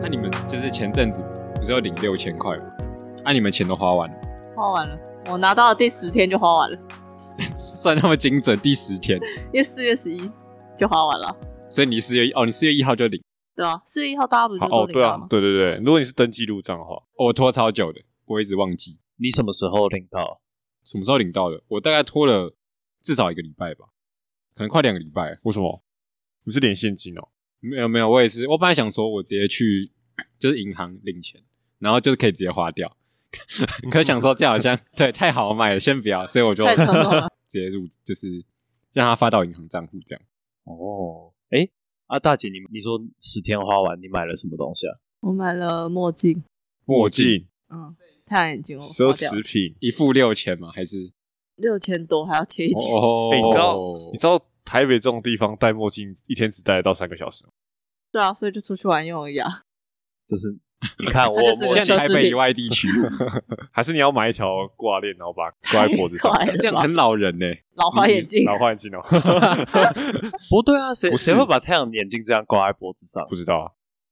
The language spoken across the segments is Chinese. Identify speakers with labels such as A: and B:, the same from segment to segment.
A: 那、你们就是前阵子不是要领六千块吗？啊，你们钱都花完了，
B: 花完了，我拿到的第十天就花完了，
A: 算那么精准，第十天，
B: 因为四月十一就花完了，
A: 所以你四月一哦，你四月一号就领，
B: 对吧？四月一号大家不是就
C: 哦
B: 都，领
C: 对
B: 到
C: 啊
B: 了吗？，
C: 对对对，如果你是登记入账的话，
A: 我拖超久的，我一直忘记
D: 你什么时候领到？
A: 什么时候领到的，我大概拖了至少一个礼拜吧，可能快两个礼拜了。
C: 为什么？你是领现金哦？
A: 没有没有，我也是，我本来想说我直接去 就是银行领钱，然后就是可以直接花掉， 可是想说这好 像对太好买了，先不要，所以我就
B: 太冲动了
A: 直接入就是让他发到银行账户这样。
D: 哦，哎，啊，大姐，你你说十天花完，你买了什么东西啊？
B: 我买了墨镜，
C: 墨镜、
B: 嗯，太阳眼镜我
C: 奢
B: 花掉
C: 侈品，
A: 一副六千吗？还是
B: 六千多，还要贴一贴，
A: 哦、
C: 哎你知道你知道台北这种地方戴墨镜一天只戴得到三个小时吗，
B: 对啊，所以就出去玩用而已啊。
D: 就是你 看我
B: 这就是
D: 我
B: 个
A: 现在
B: 奢侈
A: 台
B: 品
A: 北以外地 区，
C: 还是你要买一条挂链，然后把它挂在脖子上？
B: 太怪了
A: 哎这样很老人呢、
B: 老 花眼镜
C: 然，后换眼镜哦，
D: 不对啊，谁
C: 不是
D: 谁会把太阳眼镜这样挂在脖子上？
C: 不知道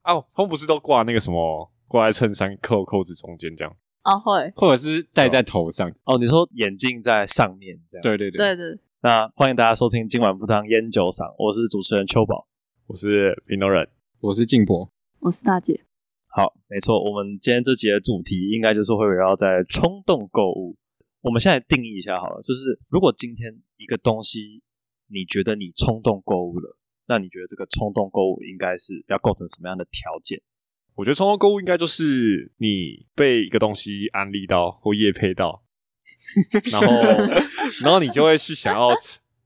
C: 啊。哦，他们不是都挂那个什么，挂在衬衫扣扣子中间这样？
B: 啊会，
A: 或者是戴在头上。
D: 哦，你说眼镜在上面这样？。
A: 对对啊对，
B: 对对，
D: 那欢迎大家收听今晚不当烟酒嗓，我是主持人秋宝。
C: 我是屏东人，
A: 我是静博，
B: 我是大姐，
D: 好，没错，我们今天这集的主题应该就是会围绕在冲动购物。我们现在定义一下好了，就是如果今天一个东西你觉得你冲动购物了，那你觉得这个冲动购物应该是要构成什么样的条件？
C: 我觉得冲动购物应该就是你被一个东西安利到或业配到， 然后然后你就会去想要，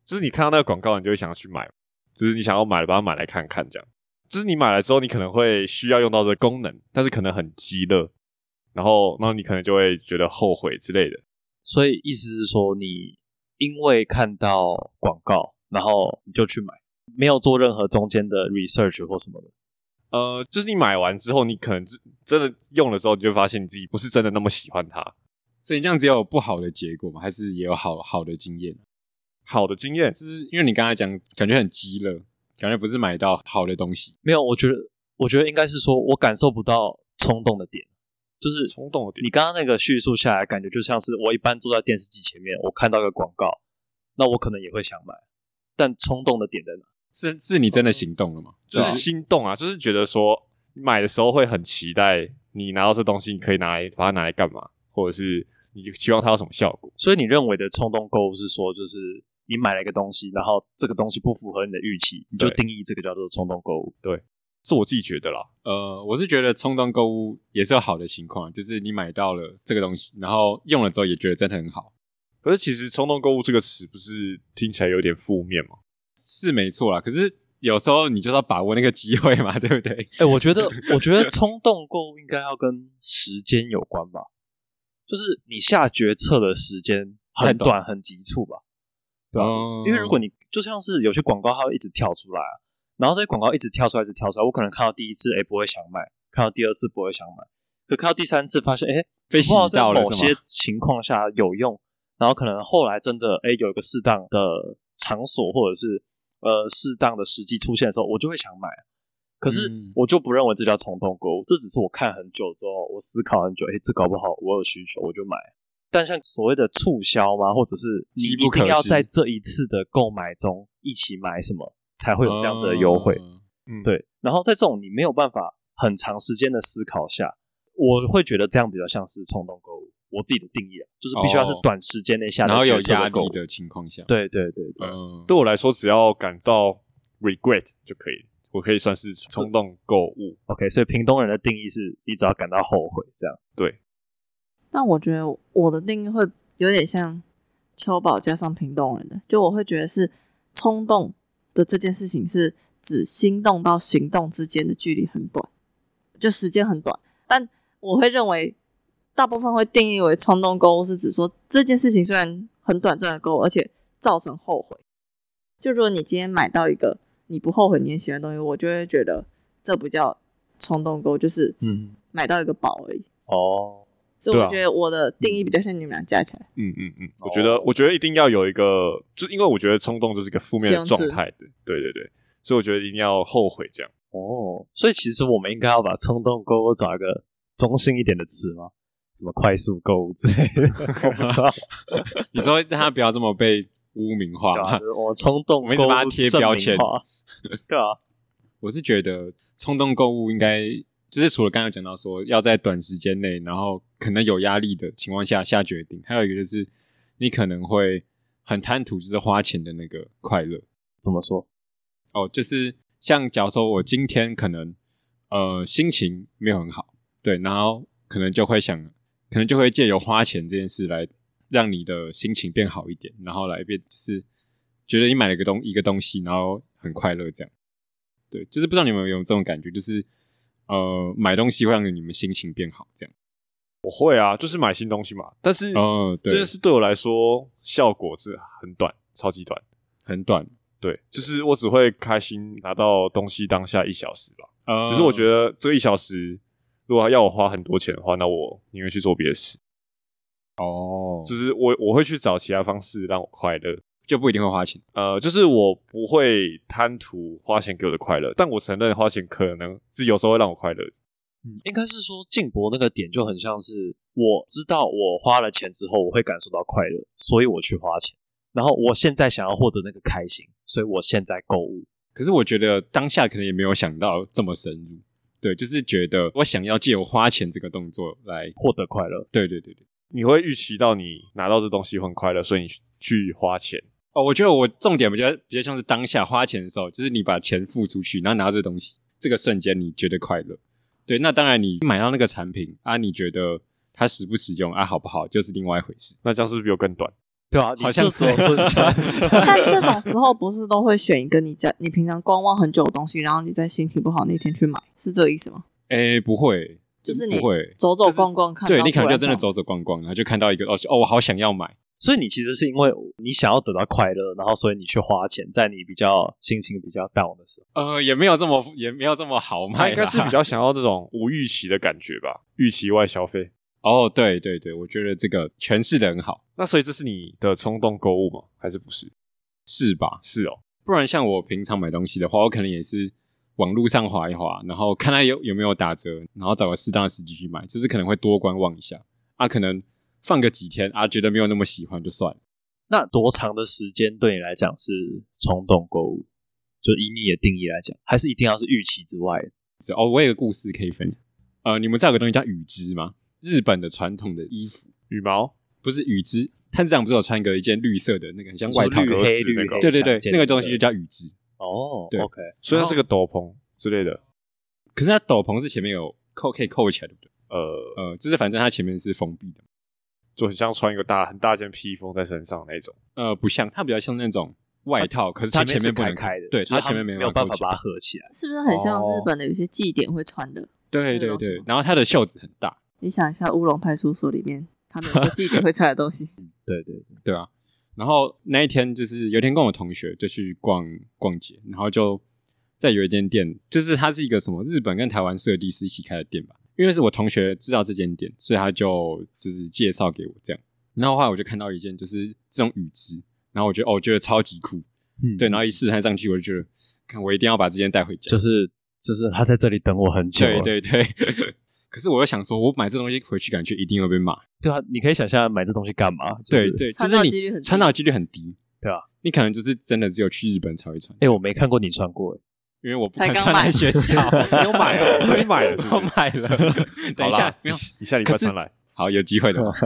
C: 就是你看到那个广告，你就会想要去买，就是你想要买了把它买来看看这样。就是你买来之后，你可能会需要用到这个功能，但是可能很鸡肋，然后然后你可能就会觉得后悔之类的。
D: 所以意思是说，你因为看到广告，然后你就去买，没有做任何中间的 research 或什么的。
C: 呃，就是你买完之后，你可能真真的用了之后，你就会发现你自己不是真的那么喜欢它。
A: 所以这样只有不好的结果吗？还是也有好好的经验？
C: 好的经验，
A: 就是因为你刚才讲，感觉很鸡了，感觉不是买到好的东西。
D: 没有，我觉得，我觉得应该是说我感受不到冲动的点，就是
C: 冲动的点
D: 你刚刚那个叙述下来，感觉就像是我一般坐在电视机前面，我看到一个广告，那我可能也会想买，但冲动的点在哪？
A: 是是你真的行动了吗？
C: 就
D: 对
C: 是
D: 啊
C: 心动啊，就是觉得说买的时候会很期待，你拿到这东西，你可以拿来把它拿来干嘛，或者是你期望它有什么效果。
D: 所以你认为的冲动购物是说，就是你买了一个东西，然后这个东西不符合你的预期，你就
C: 对
D: 定义这个叫做冲动购物。
C: 是我自己觉得啦，
A: 呃，我是觉得冲动购物也是有好的情况，就是你买到了这个东西，然后用了之后也觉得真的很好，
C: 可是其实“冲动购物”这个词不是听起来有点负面吗？
A: 是没错啦。可是有时候你就是要把握那个机会嘛， 对不对？
D: 哎、我 觉得，我觉得冲动购物应该要跟时间有关吧，就是你下决策的时间
A: 太
D: 很
A: 短
D: 短、很急促吧，对吧、
A: 嗯
D: 因为如果你就像是有些广告，它会一直跳出来、啊，然后这些广告一直跳出来，一直跳出来，我可能看到第一次，哎、不会想买；看到第二次，不会想买；可看到第三次，发现哎、诶
A: 被洗
D: 搞不好在
A: 到了
D: 某
A: 是
D: 些
A: 吗？
D: 情况下有用，然后可能后来真的哎、诶有一个适当的场所或者是呃适当的时机出现的时候，我就会想买。可是
A: 嗯
D: 我就不认为这叫冲动购物，这只是我看很久之后，我思考很久，哎、这搞不好我有需求我就买。但像所谓的促销嘛，或者是你
A: 机
D: 一
A: 不可
D: 定要
A: 失
D: 在这一次的购买中一起买什么，才会有这样子的优惠。
A: 嗯
C: 嗯，，
D: 对，然后在这种你没有办法很长时间的思考下，我会觉得这样比较像是冲动购物。我自己的定义啊，就是必须要是
A: 哦
D: 短时间内下的
A: 然后有
D: 决策
A: 压
D: 购
A: 力
D: 物。
A: 的情况下，，
D: 对对对对，
A: 嗯，
C: 对我来说，只要感到 regret 就可以了，我可以算是冲动购物。
D: OK，所以屏东人的定义是你只要感到后悔这样。
B: 但我觉得我的定义会有点像秋宝加上平动人的，就我会觉得是冲动的这件事情是指心动到行动之间的距离很短，就时间很短。但我会认为大部分会定义为冲动购物是指说这件事情虽然很短暂的购物，而且造成后悔。就如果你今天买到一个你不后悔你也喜欢的东西，我就会觉得这不叫冲动购物，就是
D: 嗯，
B: 买到一个宝而已。
D: 哦，
B: 所以
C: 对啊
B: 我觉得我的定义比较像你们俩加起来。
C: 嗯嗯嗯，我觉得，我觉得一定要有一个，就是因为我觉得冲动就是一个负面
B: 形
C: 的
B: 容
C: 状
B: 词
C: 态的，对对对，所以我觉得一定要后悔这样。
D: 哦，哦，所以其实我们应该要把冲动购物找一个中性一点的词吗？什么快速购物之类 的， 我不知道。
A: 你说让他不要这么被污名化
D: 对啊，
A: 嘛
D: 就？是我们冲动
A: 我们一直
D: 购
A: 把它
D: 物
A: 贴
D: 证
A: 标
D: 明
A: 签
D: 化，对啊，
A: 我是觉得冲动购物应该就是除了刚刚讲到说要在短时间内，然后可能有压力的情况下下决定，还有一个就是你可能会很贪图就是花钱的那个快乐
D: 怎么说？
A: 哦，就是像假如说我今天可能呃心情没有很好，对，然后可能就会想，可能就会借由花钱这件事来让你的心情变好一点，然后来变就是觉得你买了一个东一个东西，然后很快乐这样。对，就是不知道你们有没有这种感觉，就是呃买东西会让你们心情变好
C: 嗯
A: 这样。
C: 我会啊，就是买新东西嘛。但是
A: 哦，
C: 这件
A: 对，
C: 事对我来说效果是很短，超级短。
A: 很短。
C: 对，就是我只会开心拿到东西当下一小时吧。
A: 呃，
C: 只是我觉得这一小时，如果要我花很多钱的话，那我宁愿去做别的事。
A: 哦，就
C: 就是我我会去找其他方式让我快乐。
A: 就不一定会花钱。
C: 呃，就是我不会贪图花钱给我的快乐，但我承认花钱可能是有时候会让我快乐的。
D: 嗯，应该是说静博那个点就很像是我知道我花了钱之后我会感受到快乐，所以我去花钱。然后我现在想要获得那个开心，所以我现在购物。
A: 可是我觉得当下可能也没有想到这么深入。对，就是觉得我想要借由花钱这个动作来，
D: 获得快乐，
A: 对对对对。
C: 你会预期到你拿到这东西会很快乐，所以你去去花钱。
A: 哦，我觉得我重点比较比较像是当下花钱的时候，就是你把钱付出去，然后拿到这东西，这个瞬间你觉得快乐。对，那当然你买到那个产品啊，你觉得它实不实用啊，好不好，就是另外一回事。
C: 那这样是不是比我更短？
D: 对啊，
A: 好像
D: 你
A: 是
D: 这种瞬 间，
B: 但这种时 候不是都会选一个你家你平常观望很久的东西，然后你在心情不好那天去买，是这个意思吗？
A: 诶，不会，
B: 就是
A: 不
B: 你
A: 会，
B: 走走逛逛看到
A: 对你可能
B: 突
A: 就
B: 然
A: 真的
B: 想
A: 走走逛逛，然后就看到一个哦哦，我好想要买，
D: 所以你其实是因为你想要得到快乐，然后所以你去花钱，在你比较心情比较 down 的时候，
A: 呃，也没有这么也没有这么好卖啦，
C: 他应该是比较想要这种无预期的感觉吧，预期外消费。
A: 哦，对对对，我觉得这个诠释的很好，
C: 那所以这是你的冲动购物吗？还是不是？
A: 是吧？
C: 是哦，
A: 不然像我平常买东西的话，我可能也是网络上划一划，然后看它有有没有打折，然后找个适当的时机去买，就是可能会多观望一下啊，可能放个几天啊，觉得没有那么喜欢就算了。
D: 那多长的时间对你来讲是冲动购物？就以你的定义来讲，还是一定要是预期之外的？
A: 是哦，我有个故事可以分享。呃，你们知道有个东西叫羽织吗？日本的传统的衣服，
C: 羽毛
A: 不是羽织，炭治郎不是有穿个一件绿色的那个很像
D: 你说
A: 外套
D: 绿
A: 格
D: 黑
A: 子
D: 绿
A: 那个
D: 黑
A: 对对对
D: 相，间
A: 那个
D: 的
A: 东西就叫羽织。
D: 哦
A: 对
D: ，OK，
C: 所以它是个斗篷之类的。
A: 可是它斗篷是前面有扣可以扣起来，对不对？
C: 呃，
A: 呃，就是反正它前面是封闭的，
C: 就很像穿一个大很大件披风在身上那种。
A: 呃，不像它比较像那种外套，可是它
D: 前
A: 面
D: 是
A: 不
D: 开
A: 能
D: 开的，
A: 对，
D: 就是
A: 它
D: 他
A: 前面
D: 没
A: 有
D: 有办法把它
A: 把，
D: 合起来。
B: 是不是很像
A: 哦
B: 日本的有些祭典会穿的？
A: 对
B: 那
A: 对
B: 个东西
A: 对
B: 吗，
A: 然后它的袖子很大，
B: 你想一下，乌龙派出所里面他们有些祭典会穿的东西，
D: 对对对，
A: 对啊。然后那一天就是有一天跟我同学就去逛逛街，然后就在有一间店，就是它是一个什么日本跟台湾设计师一起开的店吧，因为是我同学知道这间店，所以他就就是介绍给我这样。然后后来我就看到一件就是这种羽织，然后我觉得哦，我觉得超级酷，
D: 嗯
A: 对，然后一试穿上去我就觉得，看我一定要把这件带回家，
D: 就是就是他在这里等我很久
A: 对
D: 了。
A: 对对。 可是我又想说，我买这东西回去，感觉一定会被骂。
D: 对啊，你可以想象买这东西干嘛？就是
A: 对。对，就
B: 穿
A: 是
B: 到几率
A: 你
B: 很低
A: 穿到的几率很低。
D: 对啊，
A: 你可能就是真的只有去日本才会穿，
D: 哎，我没看过你穿过，哎
A: 因为我不
B: 才
A: 敢
B: 刚
A: 穿来
B: 买
A: 学校。
C: 你有买 哦，所以你买了是
A: 我
C: 不是？
A: 买了。 等一
C: 好啦
A: 下，没有
C: 你你下礼
A: 可
C: 拜
A: 是
C: 穿来。
A: 好，有机会 的话，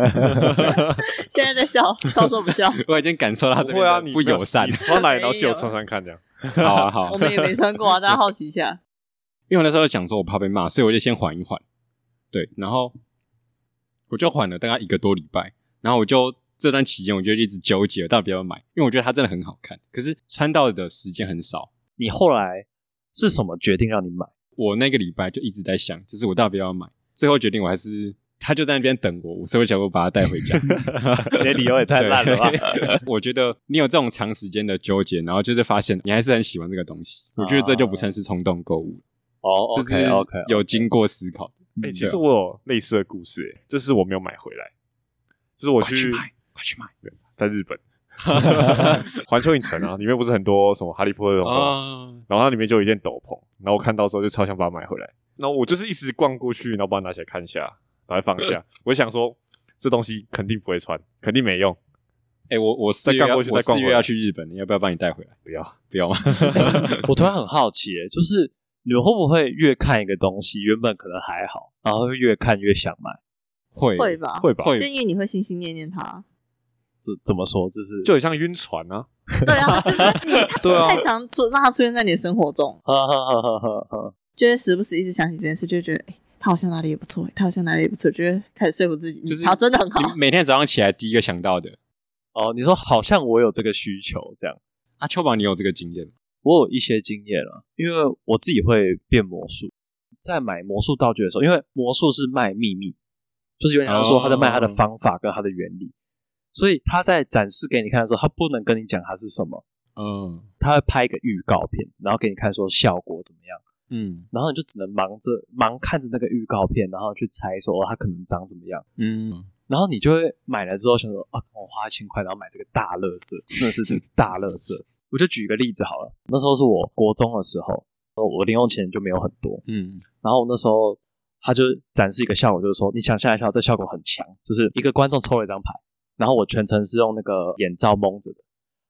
B: 现在在笑，到时候不笑。
A: 我已经感受到这
C: 不
A: 边
C: 会啊，
A: 的
C: 你
A: 不友善
C: 你。穿来然后
B: 没有
C: 借我穿穿看这样。
A: 好啊，好
B: 我
A: 啊，
B: 们也没穿过啊，大家好奇一下。
A: 因为我那时候想说我怕被骂，所以我就先缓一缓。对，然后我就缓了大概一个多礼拜，然后我就这段期间我就一直纠结到底要不要买，因为我觉得它真的很好看，可是穿到的时间很少。
D: 你后来是什么决定让 你买？
A: 我那个礼拜就一直在想，就是我到底要不要买，最后决定我还是他就在那边等我，我所以我想我把他带回家。
D: 你的理由也太烂了吧！
A: 对 我觉得你有这种长时间的纠结，然后就是发现你还是很喜欢这个东西，我觉得这就不算是冲动购物，
D: 哦
A: 这
D: ，OK
A: 是
D: OK，
A: 有经过思考的。
C: 哎、其
A: 对啊
C: 实我有类似的故事、欸，这是我没有买回来，这是我
A: 快去
C: 去
A: 买，快去买！
C: 在日本， 环球影城啊，里面不是很多什么哈利波特的东西吗，
A: 啊，
C: 然后它里面就有一件斗篷，然后我看到之后就超想把它买回来，然后我就是一直逛过去，然后把它拿起来看一下，然后放下，我就想说这东西肯定不会穿，肯定没用，
A: 哎，我我四
C: 再
A: 月
C: 干
A: 要
C: 过
A: 我
C: 去再逛
A: 四
C: 回
A: 月
C: 来
A: 要去日本，你要不要帮你带回来？
C: 不要。
A: 不要吗？
D: 我突然很好奇、欸，就是你们会不会越看一个东西，原本可能还好，然后越看越想买？
A: 会
B: 会吧？
C: 会吧
A: 啊会
B: 就因为你会心心念念他。
D: 这怎么说？就是
C: 就很像晕船啊，
B: 对啊，就是你
C: 对啊
B: 太常出让他出现在你的生活中，
D: 哈哈哈哈哈哈，
B: 就会时不时一直想起这件事，就会觉得哎、他好像哪里也不错，他好像哪里也不错，就会开始说服自己，
A: 就是
B: 他真的很好。
A: 你每天早上起来第一个想到的
D: 哦，你说好像我有这个需求这样。
A: 啊，秋宝，你有这个经验吗？
D: 我有一些经验啊，因为我自己会变魔术，在买魔术道具的时候，因为魔术是卖秘密，就是有点像说他在卖他的方法跟他的原理，所以他在展示给你看的时候，他不能跟你讲它是什么，
A: 嗯
D: 他会拍一个预告片，然后给你看说效果怎么样，
A: 嗯
D: 然后你就只能忙着忙看着那个预告片，然后去猜说哦它可能长怎么样。
A: 嗯，
D: 然后你就会买了之后想说啊，我花一千块，然后买这个大乐色，真的是大乐色。我就举个例子好了，那时候是我国中的时候，我零用钱就没有很多，
A: 嗯
D: 然后那时候他就展示一个效果，就是说你想象一下，这效果很强，就是一个观众抽了一张牌，然后我全程是用那个眼罩蒙着的，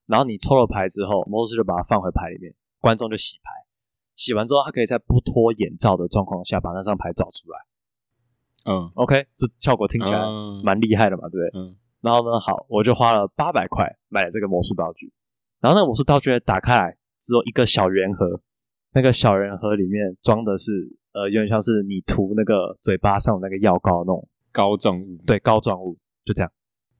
D: 然后你抽了牌之后，魔术师就把它放回牌里面，观众就洗牌，洗完之后他可以在不脱眼罩的状况下把那张牌找出来。
A: 嗯，
D: OK，这效果听起来
A: 嗯
D: 蛮厉害的嘛，对不对？
A: 嗯
D: 然后呢，好，我就花了八百块买了这个魔术道具。然后那个魔术道具呢打开来，只有一个小圆盒，那个小圆盒里面装的是呃，有点像是你涂那个嘴巴上的那个药膏那种，
A: 高重物，
D: 对，膏状物，就这样。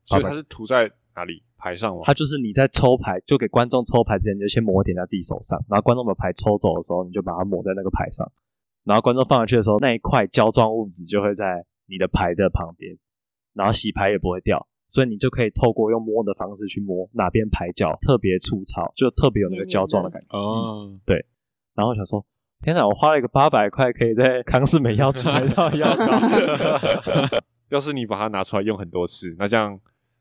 C: 所以它是涂在哪里？牌上吗？
D: 它就是你在抽牌，就给观众抽牌之前，你就先抹一点在自己手上，然后观众把牌抽走的时候，你就把它抹在那个牌上，然后观众放回去的时候，那一块胶状物质就会在你的牌的旁边，然后洗牌也不会掉，所以你就可以透过用摸的方式去摸哪边牌角特别粗糙，就特别有那个胶状的感觉。
A: 哦，
D: 然后我想说，天哪，我花了一个八百块，可以在康士美药局买到药膏，
C: 要是你把它拿出来用很多次，那这样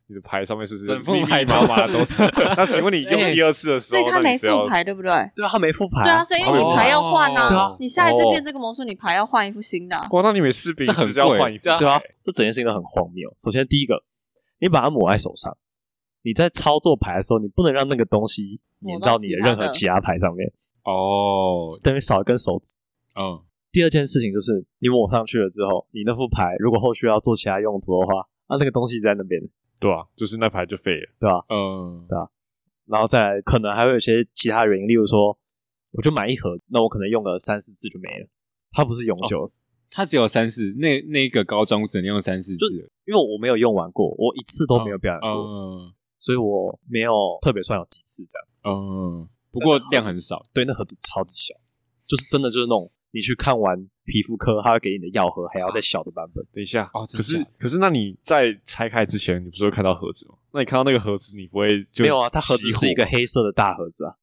C: 你的牌上面是不是
A: 整副
C: 密密
A: 牌
C: 麻麻的
A: 都哎
C: 都是？ 那请问你用第二次的时
B: 所以
C: 候，
B: 他
C: 那
B: 嗯没
C: 你
B: 复
C: 是要
B: 牌，对不对？对
D: 对啊，他没复牌、
B: 啊，所以因为你牌要换
A: 哦对
B: 啊
D: 啊，哦
B: 你下一次
C: 哦
B: 变这个魔术，你牌要换一副新的啊。
C: 哇，那你每次饼
A: 这很
C: 是要
A: 贵
C: 换一副
A: 对啊
C: 牌
D: 对啊，这整件事情都很荒谬。首先，第一个，你把它抹在手上，你在操作牌的时候，你不能让那个东西粘到你的任何其他牌上面，
A: 哦，
D: 等于少一根手指。
A: 嗯，
D: 第二件事情就是，你抹上去了之后，你那副牌如果后续要做其他用途的话，啊，那个东西在那边，
C: 对啊，就是那牌就废了。
D: 对吧、
A: 嗯，
D: 然后再来，可能还会有一些其他原因，例如说，我就买一盒，那我可能用个三四次就没了，它不是永久的，
A: 它只有三四，那那个高中只能用三四次，
D: 因为我没有用完过，我一次都没有表演过，
A: 嗯
D: 所以我没有特别算有几次这样。
A: 嗯，不过量很少，
D: 对，那盒子超级小，就是真的就是那种你去看完皮肤科，他会给你的药盒还要再小的版本。
C: 等一下，
A: 哦真的
C: 可是
A: 假的
C: 可是，那你在拆开之前，你不是会看到盒子吗？那你看到那个盒子，你不会就
D: 没有啊，它盒子
C: 熄火
D: 是一个黑色的大盒子啊，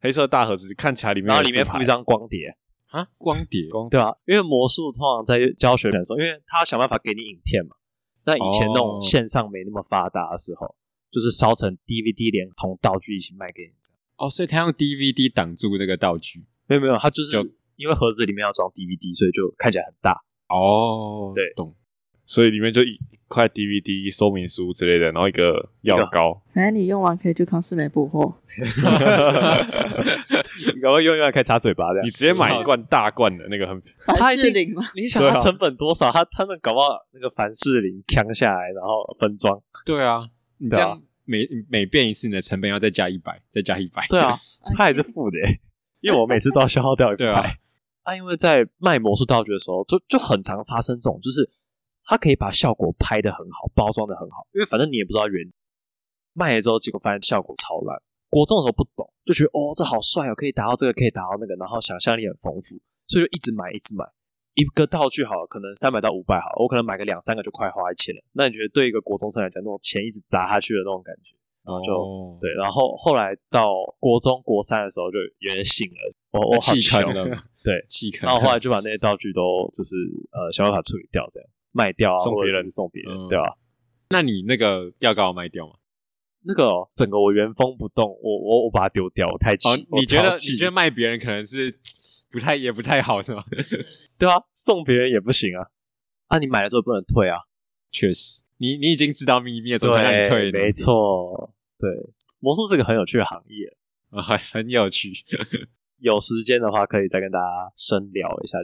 C: 黑色的大盒子，看起来里面
D: 然后
C: 有
D: 里面附一
C: 牌
D: 张光碟，
A: 啊，光碟，
C: 光
D: 对啊，因为魔术通常在教学的时候，因为他要想办法给你影片嘛。那以前那种
A: 哦
D: 线上没那么发达的时候，就是烧成 DVD 连同道具一起卖给你。
A: 哦，所以他用 DVD 挡住那个道具，
D: 没有没有，它就是
A: 就
D: 因为盒子里面要装 DVD，所以就看起来很 大。
A: 哦，
D: 对
A: 懂，
C: 所以里面就一一块 DVD 说明书之类的，然后一个
D: 啊
C: 药膏，
B: 反哎正你用完可以去康士美补货。
D: 你赶快用用来可以插嘴巴这样
C: 你。直接
D: 啊
C: 买一罐大罐的那个很
B: 凡
D: 他一
B: 士
D: 定
B: 林嘛，
D: 你想
C: 对
D: 它
C: 啊
D: 成本多少？他他们搞不好那个凡士林扛下来，然后分装。
A: 对啊，你这
D: 对啊
A: 样每每变一次，你的成本要再加一百，再加一百，
D: 对啊，他
B: 嗯
D: 也是负的欸、因为我每次都要消耗掉一
A: 对啊
D: 排。啊，因为在卖魔术道具的时候，就就很常发生这种，就是他可以把效果拍的很好，包装的很好，因为反正你也不知道原因卖了之后，结果发现效果超烂。国中的时候不懂，就觉得哦，这好帅哦，可以达到这个，可以达到那个，然后想象力很丰富，所以就一直买，一直买。一个道具好了，可能三百到五百好了，我可能买个两三个就快花一千了。那你觉得对一个国中生来讲，那种钱一直砸下去的那种感觉，然后就、
A: 哦，
D: 对，然后后来到国中国三的时候就有点醒了，我我
A: 那
D: 好
A: 弃
D: 穷
A: 坑了，
D: 对，
A: 弃坑，
D: 然后 后来就把那些道具都就是呃想办法处理掉，这样卖掉啊，
C: 送
D: 或者
C: 别人
D: 是送别人，啊
A: 嗯
D: 对吧、
A: 那你那个药膏有卖掉吗？
D: 那个、哦、整个我原封不动，我我我把它丢掉，我太气
A: 哦，，
D: 我
A: 你觉
D: 超
A: 得
D: 气
A: 你觉得卖别人可能是不太也不太好是 吗？
D: 对啊，送别人也不行啊，啊，你买了之后不能退啊，
A: 确实，你你已经知道秘密了，怎么会让你退
D: 对，
A: 呢？
D: 没错，对，魔术是个很有趣的行业，
A: 啊， 很很有趣。
D: 有时间的话可以再跟大家深聊一下。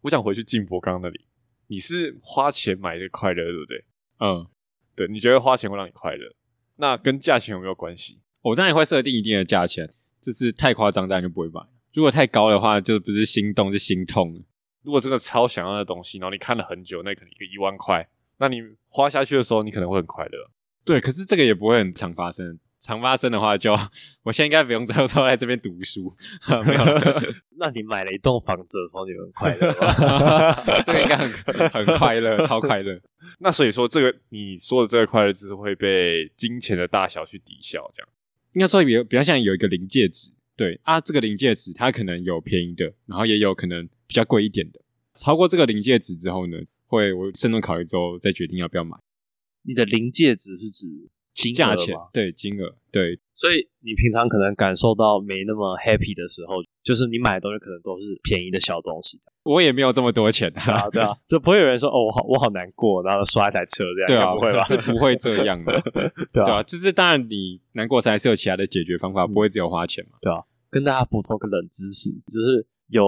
C: 我想回去静博刚刚那里，你是花钱买的快乐，对不对？
A: 嗯，
C: 对，你觉得花钱会让你快乐，那跟价钱有没有关系？
A: 我当然会设定一定的价钱，就是太夸张，当然就不会买。如果太高的话，就不是心动，是心痛了。
C: 如果真的超想要的东西，然后你看了很久，那可能一个一万块，那你花下去的时候，你可能会很快乐。
A: 对，可是这个也不会很常发生。常发生的话就，我现在应该不用再 坐在这边读书，啊没有 了，
D: 那你买了一栋房子的时候，你会很快乐吗？
A: 这个应该很很快乐，超快乐。
C: 那所以说，这个你说的这个快乐，就是会被金钱的大小去抵消，这样。
A: 应该说比较比较像有一个临界值，对啊，这个临界值它可能有便宜的，然后也有可能比较贵一点的。超过这个临界值之后呢，会我慎重考虑之后再决定要不要买。
D: 你的临界值是指金额
A: 价钱
D: 吗
A: 对金额对
D: 所以你平常可能感受到没那么 happy 的时候，就是你买的东西可能都是便宜的小东西，
A: 我也没有这么多钱
D: 对啊，对啊， 就不会有人说哦，我好我好难过，然后刷一台车 这
A: 对
D: 样，
A: 啊，
D: 应该不会吧？
A: 是不会这样的，
D: 对
A: 对
D: 啊，嗯
A: 啊，就是当然你难过时还是有其他的解决方法，不会只有花钱嘛。
D: 跟大家补充个冷知识，就是有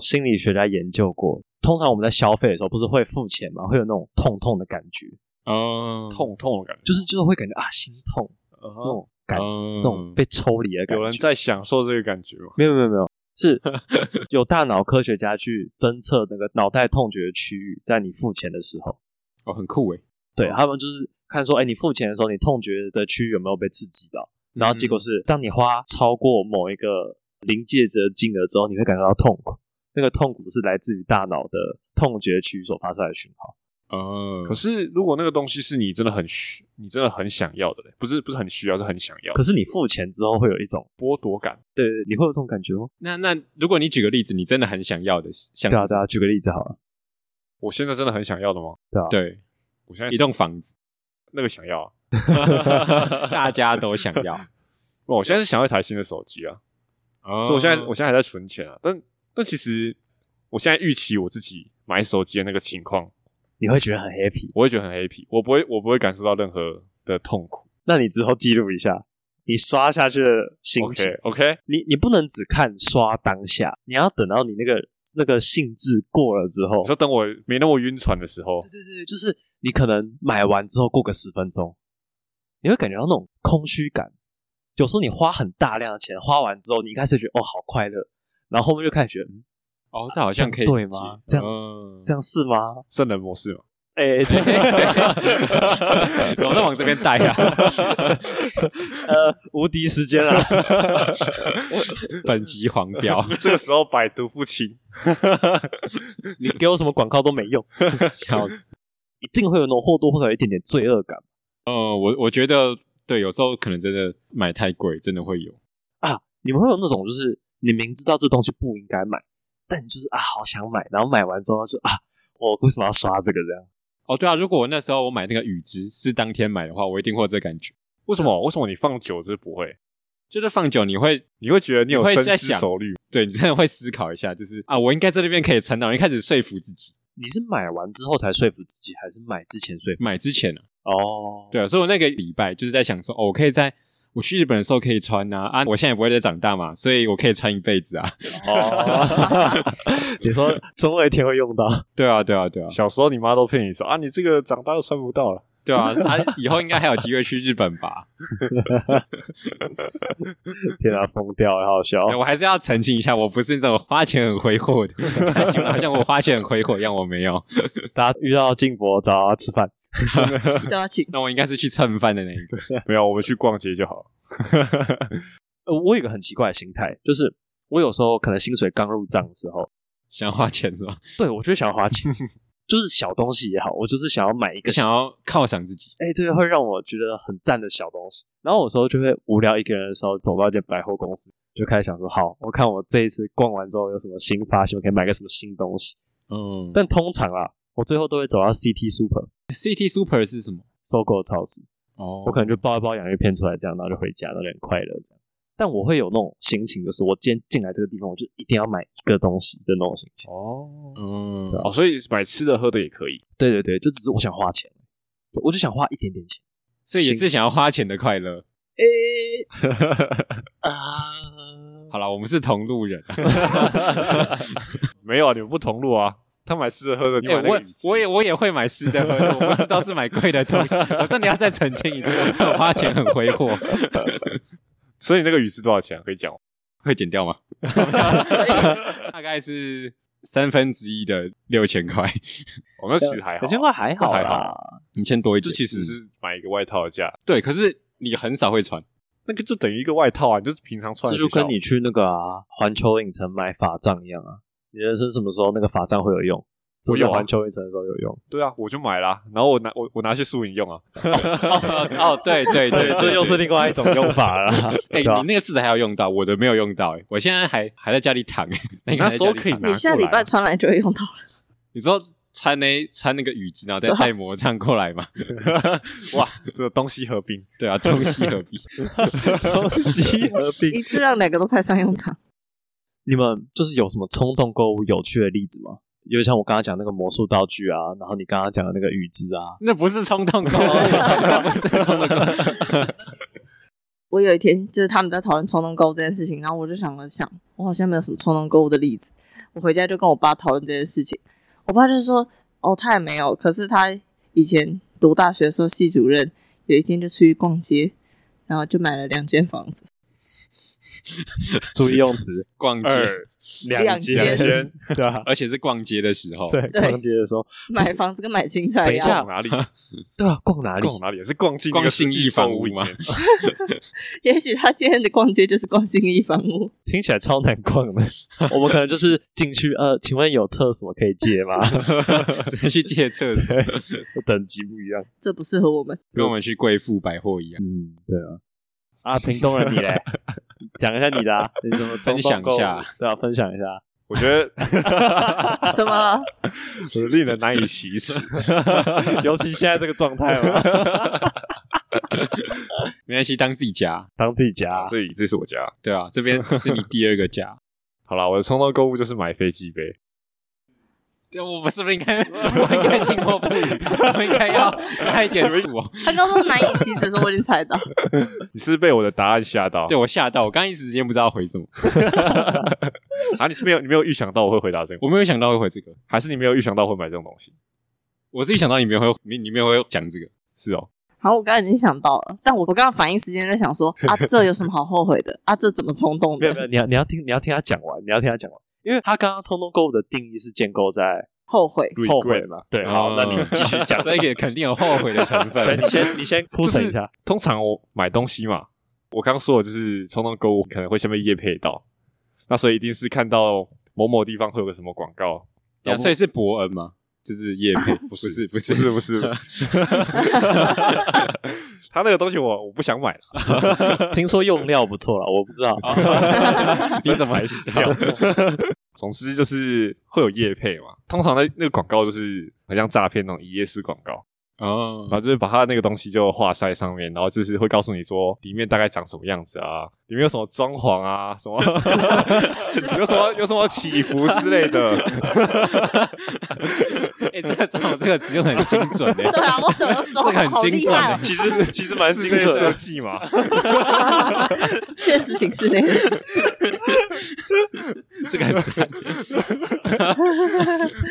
D: 心理学家研究过，通常我们在消费的时候不是会付钱嘛，会有那种痛痛的感觉，
A: 哦，
C: 痛痛的感觉。
D: 嗯就是就是会感觉啊心痛
C: 嗯
D: 那
C: 哼
D: 种感，那种
A: 哦，
D: 被抽离的感觉。嗯
C: 有人在享受这个感觉吗？
D: 没有没有没有，是有大脑科学家去侦测那个脑袋痛觉的区域，在你付钱的时候，
A: 哦，很酷诶，
D: 对他们就是看说，哎，你付钱的时候，你痛觉的区域有没有被刺激到？然后结果是，当你花超过某一个临界值的金额之后，你会感觉到痛苦。那个痛苦是来自于大脑的痛觉区所发出来的讯号。
A: 哦，
C: 可是如果那个东西是你真的很需，你真的很想要的嘞，不是不是很需要，是很想要，
D: 可是你付钱之后会有一种，
C: 剥夺感。
D: 对对，对你会有这种感觉吗？
A: 那那如果你举个例子，你真的很想要的，像
D: 对啊
A: 是
D: 对啊，举个例子好了，
C: 我现在真的很想要的吗？
A: 对
C: 我现在
A: 一栋房 子，
C: 那个想要、啊，
A: 大家都想 要。
C: 我现在是想要一台新的手机啊，
A: 哦
C: 所以我现在我现在还在存钱啊。但但其实我现在预期我自己买手机的那个情况，
D: 你会觉得很 happy。
C: 我会觉得很 happy，我不会我不会感受到任何的痛苦。
D: 那你之后记录一下，你刷下去的心情。
C: OK OK，
D: 你你不能只看刷当下，你要等到你那个那个兴致过了之后
C: 你，说等我没那么晕船的时候
D: 对，对对，就是你可能买完之后过个十分钟，你会感觉到那种空虚感。有时候你花很大量的钱，花完之后你一开始觉得哦好快乐，然后后面就开始觉得嗯
A: 哦，这好像可以哦
D: 这样对吗这样
A: 样
D: 这样是吗？
C: 圣人模式嘛，
D: 哎、对，
A: 怎么在往这边带啊？
D: 呃，无敌时间啊，
A: 本集黄标，
C: 这个时候百毒不侵。
D: 你给我什么广告都没用，
A: 笑死。
D: 一定会有那种或多或少有一点点罪恶感
A: 哦，我我觉得对，有时候可能真的买太贵，真的会有。
D: 啊。你们会有那种就是你明知道这东西不应该买，但你就是啊好想买，然后买完之后就啊我为什么要刷这个这样？
A: 哦，对啊，如果我那时候我买那个雨汁是当天买的话，我一定会有这感觉。
C: 为什么？为什么你放久就是不会？
A: 就是放久你会
C: 你会觉得你有
A: 你会
C: 深
A: 在
C: 思
A: 想
C: 熟虑，
A: 对你真的会思考一下，就是啊，我应该在那边可以撑到，你开始说服自己
D: 你是买完之后才说服自己，还是买之前说服？
A: 买之前啊，
D: 哦，
A: 对啊，所以我那个礼拜就是在想说，哦，我可以在我去日本的时候可以穿啊，啊，我现在也不会再长大嘛，所以我可以穿一辈子啊，
D: 哦， 你说总有一天会用到，
A: 对啊，对啊，对啊，
C: 小时候你妈都骗你说啊，你这个长大都穿不到了。
A: 对啊，啊，以后应该还有机会去日本吧？
D: 天啊，疯掉了，好好笑。
A: 我还是要澄清一下，我不是那种花钱很挥霍的， 他形容好像我花钱很挥霍一样，我没有，
D: 大家遇到静博找他吃饭，
B: 就要请
A: 那我应该是去蹭饭的那一个。
C: 没有，我们去逛街就好。
D: 呃我有一个很奇怪的心态，就是我有时候可能薪水刚入账的时候，
A: 想花钱是吧？
D: 对我就想要花 钱，就是小东西也好，我就是想要买一个
A: 想要犒赏自己，
D: 哎、对，会让我觉得很赞的小东西。然后有时候就会无聊一个人的时候，走到一间百货公司，就开始想说，好，我看我这一次逛完之后有什么新发现，我可以买个什么新东西。
A: 嗯。
D: 但通常啊，我最后都会走到 CT Super
A: CT Super 是什么？
D: 搜狗超市，
A: 哦，
D: 我可能就包一包洋芋片出来，这样，然后就回家，然后就很快乐这样。但我会有那种心情，就是我今天进来这个地方，我就一定要买一个东西的那种心情。
C: 哦
A: 嗯，
C: 哦，所以买吃的喝的也可以。
D: 对对对，就只是我想花钱，我就想花一点点钱。
A: 所以也是想要花钱的快乐。
D: 诶、啊，
A: 好了，我们是同路人。啊
C: 没有啊，你们不同路啊。他买吃的喝的，你
A: 哎、
C: 买那
A: 我
C: 个椅子
A: 我也我也会买吃的喝的，我不知道是买贵的东西。我真的要再澄清一次，我花钱很挥霍，
C: 所以那个鱼是多少钱啊、可以讲吗
A: 会剪掉吗？ 大概是三分之一的六千块，呃
C: 哦，那其实还好
D: 两，千块还好
C: 还
D: 啦。
A: 一千多一
C: 就
A: 点。
C: 其实
A: 嗯
C: 是买一个外套啊的价，
A: 对，可是你很少会穿。
C: 那个就等于一个外套啊，你就是平常穿
D: 这
C: 的学
D: 就
C: 校。
D: 跟你去那个啊环球影城买法杖一样啊，你人生什么时候那个法杖会有用？只
C: 我有啊
D: 有环球影城的时候有用。
C: 对啊，我就买啦、然后我拿我我拿去宿 营用啊，
A: 哦哦，对对 对，
D: 这又是另外一种用法啦。
A: 哎、
D: 对啊吧
A: 你那个字还要用到，我的没有用到、哎，我现在还还在家里躺、哎，那个还
C: 那
A: 在
C: 时候
A: 家里
C: 可以
A: 躺
C: 拿
B: 你下
C: 过
B: 礼
C: 来
B: 拜
C: 啊
B: 穿来就会用到了，
A: 你说穿那穿那个雨衣，然后再带魔杖过 来嘛？
C: 哇，这个东西合并，
A: 对啊，中西 合璧。
D: 东 西合并。
B: 一次让两个都派上用场。
D: 你们就是有什么冲动购物有趣的例子吗？有像我刚刚讲那个魔术道具啊，然后你刚刚讲的那个雨 枝啊，
A: 那不是冲动购物，那不是冲动购物。
B: 我有一天就是他们在讨论冲动购物这件事情，然后我就想了想，我好像没有什么冲动购物的例子。我回家就跟我爸讨论这件事情，我爸就说：“哦，他也没有，可是他以前读大学的时候，系主任有一天就出去逛街，然后就买了两间房子，
D: 注意用词，
A: 逛
D: 哎
A: 街，
C: 二
B: 两间
C: 两千，
D: 对啊，
A: 而且是逛街的时候。
D: 对，
B: 对
D: 逛街的时候，
B: 买房子跟买青菜
D: 等
B: 一
D: 一
B: 样，
D: 下
C: 逛 哪里？
D: 对啊，逛哪里？
C: 逛哪里？是逛进
A: 哎逛信义
C: 房
A: 房屋吗？
B: 也许他今天的逛街就是逛新一房屋，
D: 听起来超难逛的。我们可能就是进去，呃，请问有厕所可以借吗？
A: 只能去借厕所，
D: 等级不一样。
B: 这不适合我 们。
A: 跟我们去贵妇百货一样。
D: 嗯，对啊。啊，屏东人 你嘞，讲一下你的、啊，你怎么冲动
A: 分享一
D: 购物
A: 下？
D: 对啊，分享一下。
C: 我觉得
B: 怎么了？
C: 令人难以启 齿。
D: 尤其现在这个状态嘛，
A: 没关系，当自己家，
D: 当自己家、
C: 啊，这里这是我家。
A: 对啊，这边是你第二个 家。
C: 好啦，我的冲动购物就是买飞机杯。
A: 对，我们是不是应该，我应该进货不语，我应该要加一点醋 哦。
B: 他刚说难以启齿的时候，我已经猜到。
C: 你是不是被我的答案吓到？
A: 对我吓到，我刚一时间不知道回什么，
C: 啊，你是没有你没有预想到我会回答这个，
A: 我没有想到会回这个。
C: 还是你没有预想到会买这种东西？
A: 我是一想到你们会，你你们会讲这个，
C: 是哦，
B: 好，我刚刚已经想到了，但我我刚刚反应时间在想说啊，这有什么好后悔的？啊，这怎么冲动
D: 没有
B: 的
D: 没？有，你要你要听你要听他讲完，你要听他讲完，因为他刚刚冲动购物的定义是建构在
B: 后悔，
D: 后悔
C: Regret
D: 嘛。对，
A: 哦
D: 好，那你继续 讲。
A: 所以也肯定有后悔的成
D: 对，
A: 分
D: 你。先你先铺
C: 就
D: 陈
C: 是
D: 一下。
C: 通常我买东西嘛，我刚说的就是冲动购物可能会先被业配到，那所以一定是看到某某地方会有个什么广告，
A: 对啊所以是伯恩吗？就是叶佩， 不是不是
C: 不是不是，他那个东西我我不想买了，
D: 听说用料不错了，我不知道。
A: 哦 你怎么 知道？
C: 总之就是会有业配嘛，通常那那个广告就是很像诈骗那种一夜式广告，然
A: 哦，
C: 后就是把他那个东西就画在上面，然后就是会告诉你说里面大概长什么样子啊，里面有什么装潢啊，什 么有什么有什么起伏之类的，
A: 哎，这个这种这个词用很精准
B: 对
A: 哎，
B: 啊，我怎么
A: 这
B: 中？
A: 个
B: 好
A: 很精
B: 厉
A: 准
B: 害哦
A: 哎，，
D: 其实其实蛮
C: 室
D: 精
C: 内
D: 准
C: 设
D: 的，
C: 计嘛，
B: 确实挺室内的。
A: 这个很赞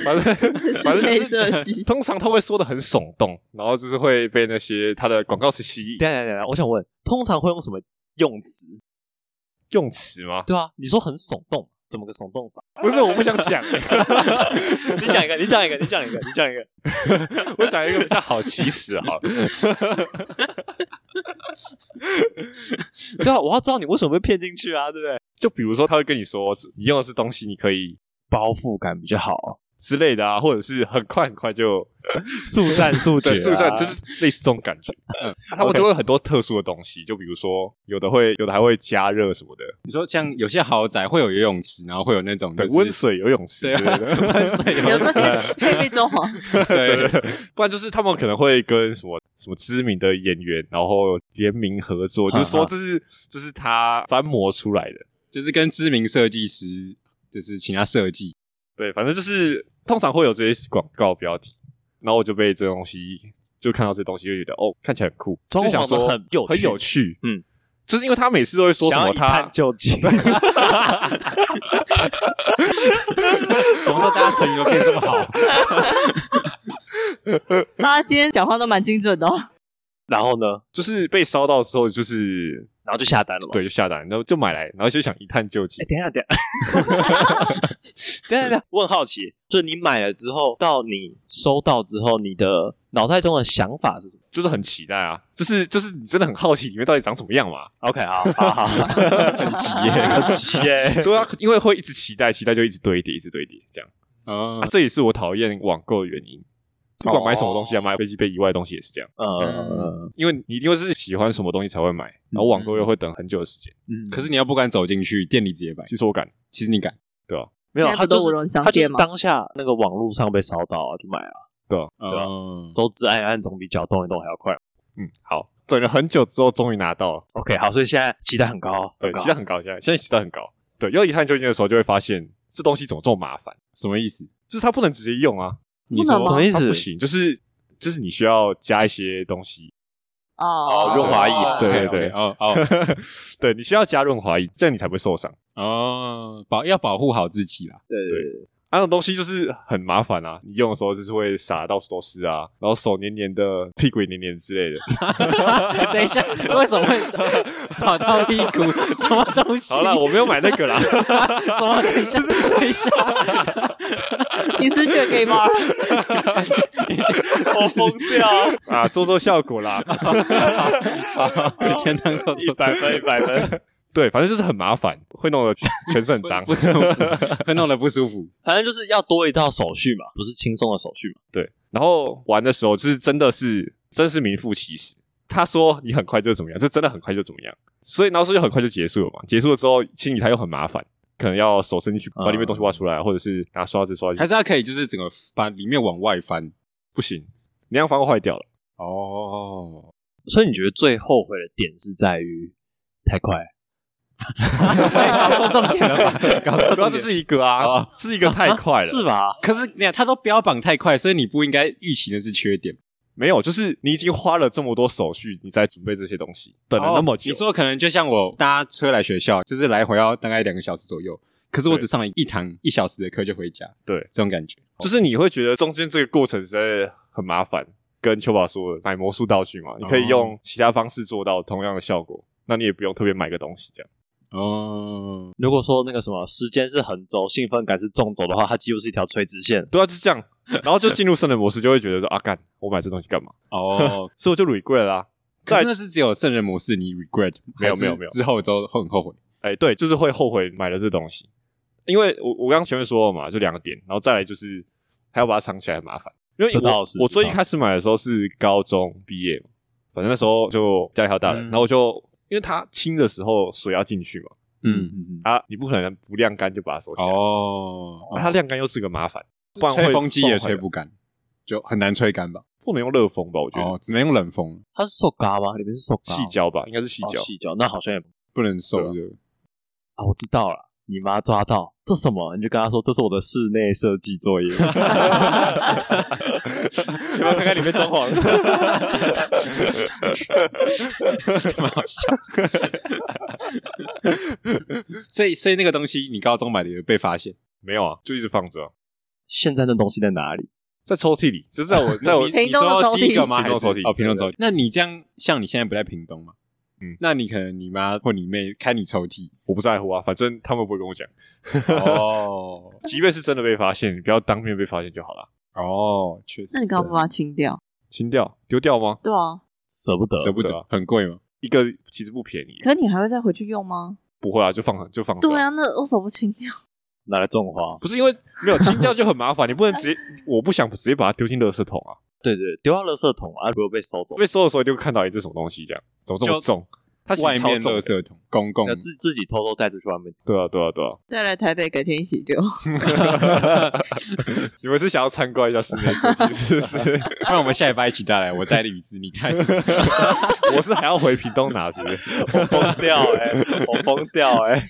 C: 反正反
B: 室
C: 正
B: 内
C: 就是
B: 设 计，
C: 通常他会说的很耸动，然后就是会被那些他的广告词吸引
D: 等一下等一下等一下，我想问，通常会用什么用词？
C: 用词吗？
D: 对啊，你说很耸动，怎么个耸动法？
C: 不是，我不想讲、
D: 你讲一个，你讲一个，你讲一个，你讲一个。
C: 我讲一个比较好起始啊好了，
D: 对啊，我要知道你为什么被骗进去啊，对不对？
C: 就比如说他会跟你说是你用的是东西，你可以
D: 包覆感比较好，
C: 之类的啊，或者是很快很快就
D: 速战速决、啊，
C: 对，速战就是类似这种感觉。嗯， 他们就会有很多特殊的东西，就比如说有的会，有的还会加热什么的，
A: 你说像有些豪宅会有游泳池，然后会有那种
C: 对
A: 就，是
C: 温水游泳池
A: 对
C: 之类
A: 啊，
C: 的。
A: 温水
B: 有
A: 游
B: 这
A: 泳
B: 些配备装潢，
A: 池，对，
C: 不然就是他们可能会跟什么什么知名的演员，然后联名合 作，就是说这是这是他翻模出来的。
A: 就是跟知名设计师，就是请他设计。
C: 对，反正就是通常会有这些广告标题，然后我就被这东西就看到这东西就觉得哦，看起来很酷，
D: 装
C: 就想
D: 潢得
C: 说
D: 很有
C: 很
D: 趣
C: 有趣，
D: 嗯，
C: 就是因为他每次都会说什
D: 想
C: 么
D: 要一探
C: 他
D: 究 竟。
A: 什么时候大家成语都变这么好？
B: 大家今天讲话都蛮精准的、哦。
D: 然后呢，
C: 就是被烧到之后就是
D: 然后就下单了嘛。
C: 对就下单，然后就买来，然后就想一探究竟
D: 哎，。等一下，等一下， 等一下，等一下，我很好奇，就是你买了之后，到你收到之后，你的脑袋中的想法是什么
C: 就是很期待啊，就是就是你真的很好奇里面到底长什么样 嘛？
D: ？OK，好，好，好，很急耶，很急 耶。
C: 对啊，因为会一直期待，期待就一直堆叠，一直堆叠这样
A: 哦
C: 啊，，
D: 嗯
C: 这也是我讨厌网购的原因。不管买什么东西啊，
A: 哦
C: 买飞机杯以外的东西也是这样，
B: 嗯
D: 呃，
C: 因为你一定会是喜欢什么东西才会买，然后网购又会等很久的时间。
D: 嗯
A: 可是你要不敢走进去，店里直接摆，
C: 其实我敢，
A: 其实你敢
D: 没
B: 现
D: 有，
B: 在
D: 他
B: 不都
D: 就
B: 五龙
D: 是
B: 商
D: 他就是
B: 店吗
D: 当下那个网络上被烧到啊，就买了。啊
A: 哦
D: 周知暗暗总比脚动一动还要快。
C: 嗯，好，等了很久之后终于拿到了，
D: OK，好，所以现在期待很高，哦
C: 对
D: 很，高
C: 期待很高，现在现在期待很高。对，要一探究竟的时候，就会发现这东西怎么这么麻烦，
A: 什么意思？
C: 就是它不能直接用啊，
A: 你
B: 能
D: 什
A: 说
B: 吗
D: 么意
C: 它
D: 思
C: 不？行，就是就是你需要加一些东西，
B: 哦
D: 哦润滑液
C: 对对
A: OK，OK，
C: 对
A: 哦哦
C: 对你需要加润滑液，这样你才不会受伤。
A: 哦，保要保护好自己 啦。
D: 对
C: 对啊那种东西就是很麻烦啊，你用的时候就是会撒得到处都是啊，然后手黏黏的，屁股也黏黏之类的。
A: 等一下，为什么会跑到屁股？什么东西
C: 好啦，我没有买那个啦，
A: 什么？等一下，等一下，
B: 你是去 gay bar？
D: 我疯掉，
C: 啊，做做效果啦。哦
A: 全当做
D: 一
A: 做
D: 百分，一百分。
C: 对，反正就是很麻烦，会弄得全身很脏。
A: 不舒 服，会弄得不舒服。
D: 反正就是要多一道手续嘛，不是轻松的手续嘛。
C: 对，然后玩的时候就是真的是真是名副其实。他说你很快就怎么样，就真的很快就怎么样，所以然后说就很快就结束了嘛。结束了之后清理它又很麻烦，可能要手伸进去把里面东西挖出来，或者是拿刷子刷
A: 嗯
C: 进
A: 还
C: 去，
A: 是他可以就是整个把里面往外翻。
C: 不行，你那样翻会坏掉了。
A: 哦，
D: 所以你觉得最后悔的点是在于太快？
A: 搞错重点了 吧？搞 错
C: 主要
A: 重
C: 这
A: 点。
C: 是一个啊
A: 哦，
C: 是一个太快了，
D: 是吧？
A: 可是你看，他说标榜太快，所以你不应该预期的是缺点。
C: 没有，就是你已经花了这么多手续，你在准备这些东西，等了那么
A: 哦
C: 久，
A: 你说可能就像我搭车来学校，就是来回要大概两个小时左右，可是我
C: 对
A: 只上了一堂一小时的课就回家，
C: 对，
A: 这种感觉。
C: 就是你会觉得中间这个过程实在很麻烦。跟秋宝说的，买魔术道具嘛，你可
D: 哦
C: 以用其他方式做到同样的效果，那你也不用特别买个东西这样。
A: 哦，
D: 如果说那个什么时间是横轴，兴奋感是纵轴的话，它几乎是一条垂直线。
C: 对啊，就是这样。然后就进入圣人模式，就会觉得说啊，干，我买这东西干嘛？
A: 哦，
C: 所以我就 regret 啦、
A: 可
C: 再
A: 是那是只有圣人模式，你 regret
C: 没有
A: 还是
C: 没有没有
A: 之后都很后悔。
C: 哎、对，就是会后悔买了这东西，因为我我刚前面说了嘛，就两个点，然后再来就是还要把它藏起来，很麻烦。因为
D: 这倒
C: 我
D: 是
C: 我
D: 这倒
C: 最
D: 是
C: 一开始买的时候是高中毕业嘛，反正那时候就家里还有大人，
A: 嗯
C: 然后我就因为它清的时候水要进去嘛，
A: 嗯，
D: 嗯，
C: 啊，你不可能不晾干就把它收起来，
A: 哦，
C: 啊它晾干又是个麻烦，不然会
A: 吹风机也吹
C: 不然会
A: 不干，就很难吹干吧？
C: 不能用热风吧？我觉得、
A: 哦，只能用冷风，
D: 它是塑胶吗？里面是塑胶，
C: 细胶吧，应该是细
D: 哦，
C: 胶，
D: 细胶，那好像也不
A: 不能受热。
D: 啊，我知道了。你妈抓到这什么？你就跟她说这是我的室内设计作业。
A: 有没有看看里面装 潢？蛮好笑。所以，所以那个东西你高中买的也被发现，
C: 没有啊，就一直放着啊、
D: 现在那东西在哪里？
C: 在抽屉里，就是在 我在我
A: 你
B: 屏
A: 你
B: 东的抽
A: 说
B: 屉
A: 第一个吗？
C: 屏
A: 还
C: 东
A: 是
C: 抽屉
A: 哦，屏东
C: 对
A: 抽屉。那你这样，像你现在不在屏东嘛？
C: 嗯
A: 那你可能你妈或你妹开你抽屉
C: 我不在乎啊，反正他们不会跟我讲。
A: 哦
C: 即便是真的被发现，你不要当面被发现就好了。
A: 哦，确实。
B: 那你干嘛不把它清掉？
C: 清掉丢掉吗？
B: 对啊，
D: 舍不得，
A: 舍不
C: 对
A: 得
C: 啊，
A: 很贵吗？
C: 一个其实不便宜，
B: 可是你还会再回去用吗？
C: 不会啊，就放就放着。
B: 对啊，那为什么不清掉？
D: 拿来种花。
C: 不是因为没有清掉就很麻烦，你不能直接，我不想直接把它丢进垃圾桶啊。
D: 对对，丢到垃圾桶啊，如果被收走，
C: 被收的时候就看到一这什么东西，这样怎么这么
A: 就
C: 重？它其实
A: 外
C: 超
A: 面
C: 重
A: 垃
C: 的
A: 圾桶，公共
D: 要自自己偷偷带出去外面。
C: 对啊，对啊，对啊！
B: 再来台北改天一起丢。
C: 你们是想要参观一下室内设计，是不 是？
A: 不然我们下礼拜一起带来，我带李子，你 带。
C: 我是还要回屏东拿，是不是？
D: 我疯掉 哎、我疯掉哎、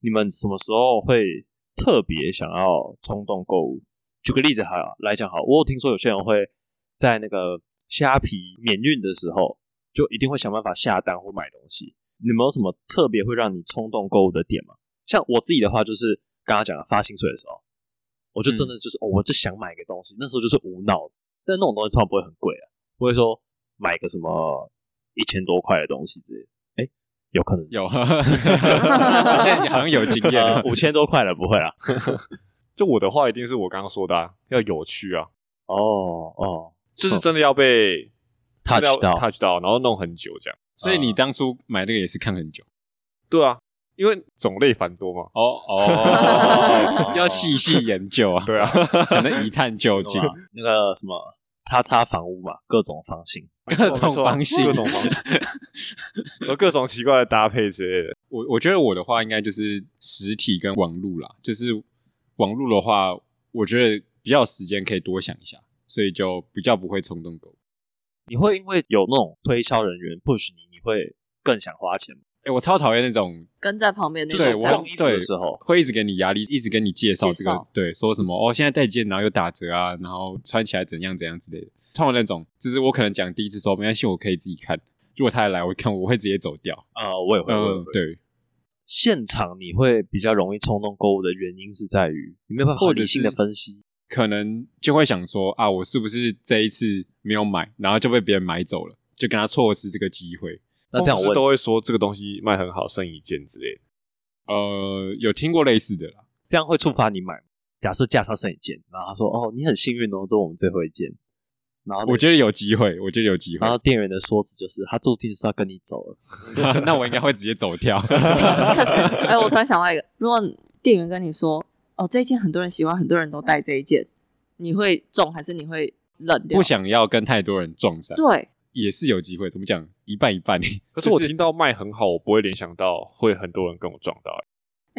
D: 你们什么时候会特别想要冲动购物？举个例子好了来讲好，我有听说有些人会在那个虾皮免运的时候，就一定会想办法下单或买东西。你们有什么特别会让你冲动购物的点吗？像我自己的话，就是刚刚讲的发薪水的时候，我就
A: 嗯
D: 真的就是、哦，我就想买一个东西，那时候就是无脑，但那种东西通常不会很贵啊，不会说买个什么一千多块的东西之类的，哎、有可能
A: 有， 我现在好像有经验
D: 呃
A: 了。
D: 五千多块了，不会啦。
C: 就我的话，一定是我刚刚说的、啊，要有趣啊，嗯
D: 哦哦，
C: 就是真的要被
D: touch
C: 真的要
D: 到
C: touch 到，然后弄很久这样。
A: 所以你当初买那个也是看很久。
C: 对啊，因为种类繁多嘛。
A: 哦哦， 要细细研究啊，
C: 对啊， 啊
A: 才能一探究
D: 那
A: 竟。
D: 个那个什么叉叉房屋嘛，各种房型。
A: 各种
C: 没错啊
A: 房型
C: 各种房 型，然后各种奇怪的搭配之类的。
A: 我我觉得我的话应该就是实体跟网络啦，就是网络的话，我觉得比较有时间可以多想一下，所以就比较不会冲动购物。
D: 你会因为有那种推销人员 push 你，你会更想花钱吗？
A: 哎，我超讨厌那种
B: 跟在旁边那
D: 就
B: 个
A: 对
D: 是
A: 我
D: 逛
B: 上
D: 衣
B: 司
D: 服的时候，
A: 会一直给你压力，一直跟你介绍这
B: 介
A: 个
B: 绍，
A: 对，说什么哦，现在带件，然后又打折啊，然后穿起来怎样怎样之类的。通常那种，就是我可能讲第一次说没关系，我可以自己看。如果他还来，我看我会直接走掉。
D: 呃，我也会，我也
A: 嗯，
D: 会。
A: 对，
D: 现场你会比较容易冲动购物的原因是在于你没有办法
A: 或者
D: 理性
A: 是
D: 的分析。
A: 可能就会想说啊，我是不是这一次没有买，然后就被别人买走了，就跟他错失这个机会。
D: 那这
C: 公
D: 样我
C: 司
D: 问
C: 都
D: 你，
C: 会说这个东西卖很好，剩一件之类的。
A: 呃，有听过类似的啦，
D: 这样会触发你买吗？假设价差剩一件，然后他说：“哦，你很幸运哦，这是我们最后一件。”然后那个
A: 我觉得有机会，我觉得有机会
D: 然。后店员的说辞就是他注定是要跟你走了。
A: 那我应该会直接走 掉。
B: 可是， 哎、我突然想到一个，如果店员跟你说，哦，这一件很多人喜欢，很多人都戴这一件，你会中还是你会冷掉？
A: 不想要跟太多人撞衫，
B: 对，
A: 也是有机会。怎么讲？一半一半。
C: 可是我听到卖很好，我不会联想到会很多人跟我撞到、欸